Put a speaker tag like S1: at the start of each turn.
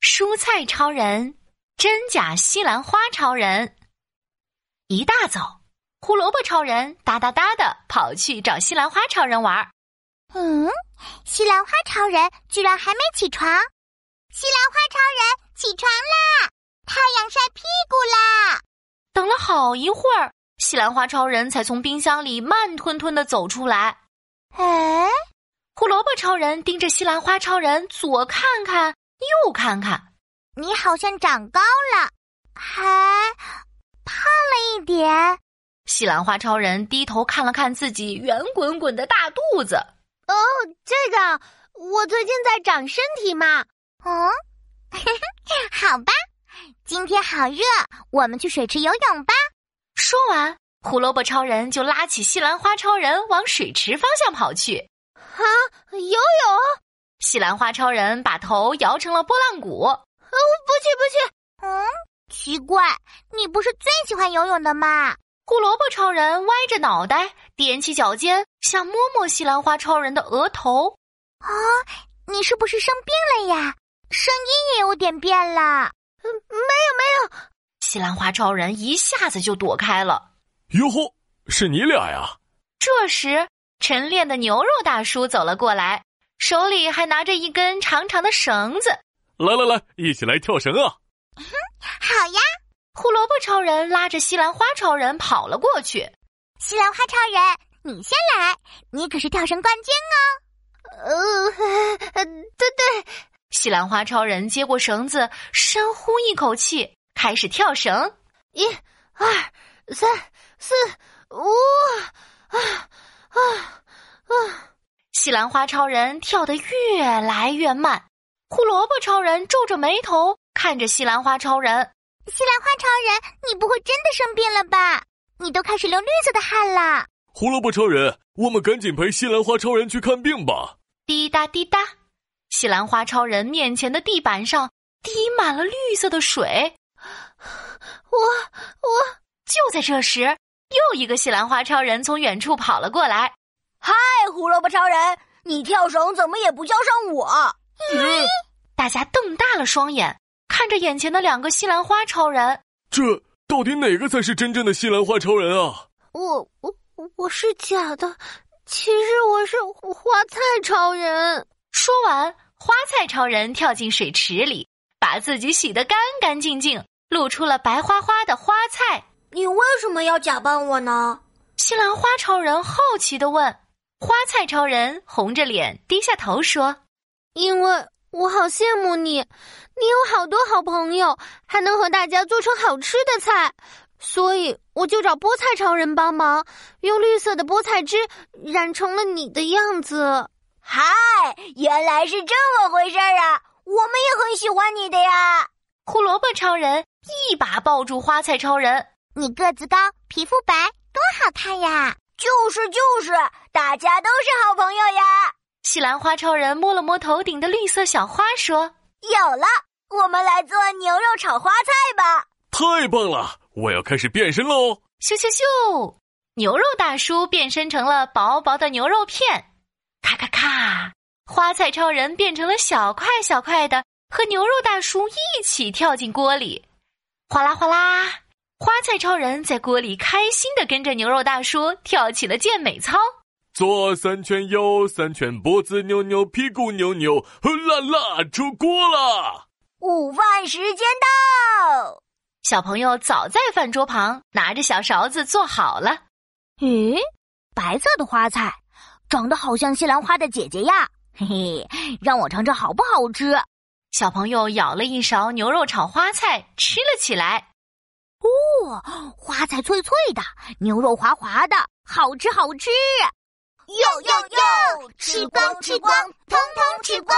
S1: 蔬菜超人、真假西兰花超人。一大早，胡萝卜超人哒哒哒的跑去找西兰花超人玩儿。
S2: 嗯，西兰花超人居然还没起床！西兰花超人起床啦！太阳晒屁股啦！
S1: 等了好一会儿，西兰花超人才从冰箱里慢吞吞的走出来。
S2: 哎，
S1: 胡萝卜超人盯着西兰花超人左看看右看看，
S2: 你好像长高了，还胖了一点。
S1: 西兰花超人低头看了看自己圆滚滚的大肚子。
S2: 哦，这个我最近在长身体嘛。哦， 好吧，今天好热，我们去水池游泳吧。
S1: 说完，胡萝卜超人就拉起西兰花超人往水池方向跑去。
S2: 啊，游泳？
S1: 西兰花超人把头摇成了拨浪鼓。
S2: 哦，不去不去。嗯，奇怪，你不是最喜欢游泳的吗？
S1: 胡萝卜超人歪着脑袋，踮起脚尖，想摸摸西兰花超人的额头。
S2: 哦，你是不是生病了呀？声音也有点变了。嗯，没有没有。
S1: 西兰花超人一下子就躲开了。
S3: 哟吼，是你俩呀！
S1: 这时，晨练的牛肉大叔走了过来，手里还拿着一根长长的绳子。
S3: 来来来，一起来跳绳啊！
S2: 好呀，
S1: 胡萝卜超人拉着西兰花超人跑了过去。
S2: 西兰花超人，你先来，你可是跳绳冠军哦。呃，对对，
S1: 西兰花超人接过绳子，深呼一口气，开始跳绳。
S2: 一、二、三、四、五，
S1: 西兰花超人跳得越来越慢，胡萝卜超人皱着眉头看着西兰花超人。
S2: 西兰花超人，你不会真的生病了吧？你都开始流绿色的汗了。
S3: 胡萝卜超人，我们赶紧陪西兰花超人去看病吧。
S1: 滴答滴答，西兰花超人面前的地板上滴满了绿色的水。
S2: 我我
S1: 就在这时，又一个西兰花超人从远处跑了过来。
S2: 哎，胡萝卜超人，你跳绳怎么也不叫上我？
S1: 大家瞪大了双眼，看着眼前的两个西兰花超人。
S3: 这到底哪个才是真正的西兰花超人啊？
S2: 我我我是假的，其实我是花菜超人。
S1: 说完，花菜超人跳进水池里，把自己洗得干干净净，露出了白花花的花菜。
S2: 你为什么要假扮我呢？
S1: 西兰花超人好奇地问：“花菜超人红着脸低下头说
S2: 因为我好羡慕你，你有好多好朋友，还能和大家做成好吃的菜，所以我就找菠菜超人帮忙，用绿色的菠菜汁染成了你的样子。嗨，原来是这么回事啊！我们也很喜欢你的呀。：‘
S1: 胡萝卜超人！’一把抱住花菜超人。
S2: 你个子高，皮肤白，多好看呀！就是就是，大家都是好朋友呀。
S1: 西兰花超人摸了摸头顶的绿色小花，说
S2: 有了，我们来做牛肉炒花菜吧。
S3: 太棒了！我要开始变身喽！：‘
S1: 咻咻咻！’牛肉大叔变身成了薄薄的牛肉片，咔咔咔！花菜超人变成了小块小块的，和牛肉大叔一起跳进锅里，哗啦哗啦！花菜超人在锅里开心的跟着牛肉大叔跳起了健美操。”
S3: 左三圈，右三圈，脖子扭扭，屁股扭扭，呼啦啦，出锅啦！
S2: 午饭时间到。
S1: 小朋友早在饭桌旁拿着小勺子做好了。
S2: 咦，白色的花菜，长得好像西兰花的姐姐呀！嘿嘿，让我尝尝好不好吃？
S1: 小朋友舀了一勺牛肉炒花菜吃了起来。
S2: 花菜脆脆的，牛肉滑滑的，好吃好吃！哟哟哟，吃光吃光，通通吃光！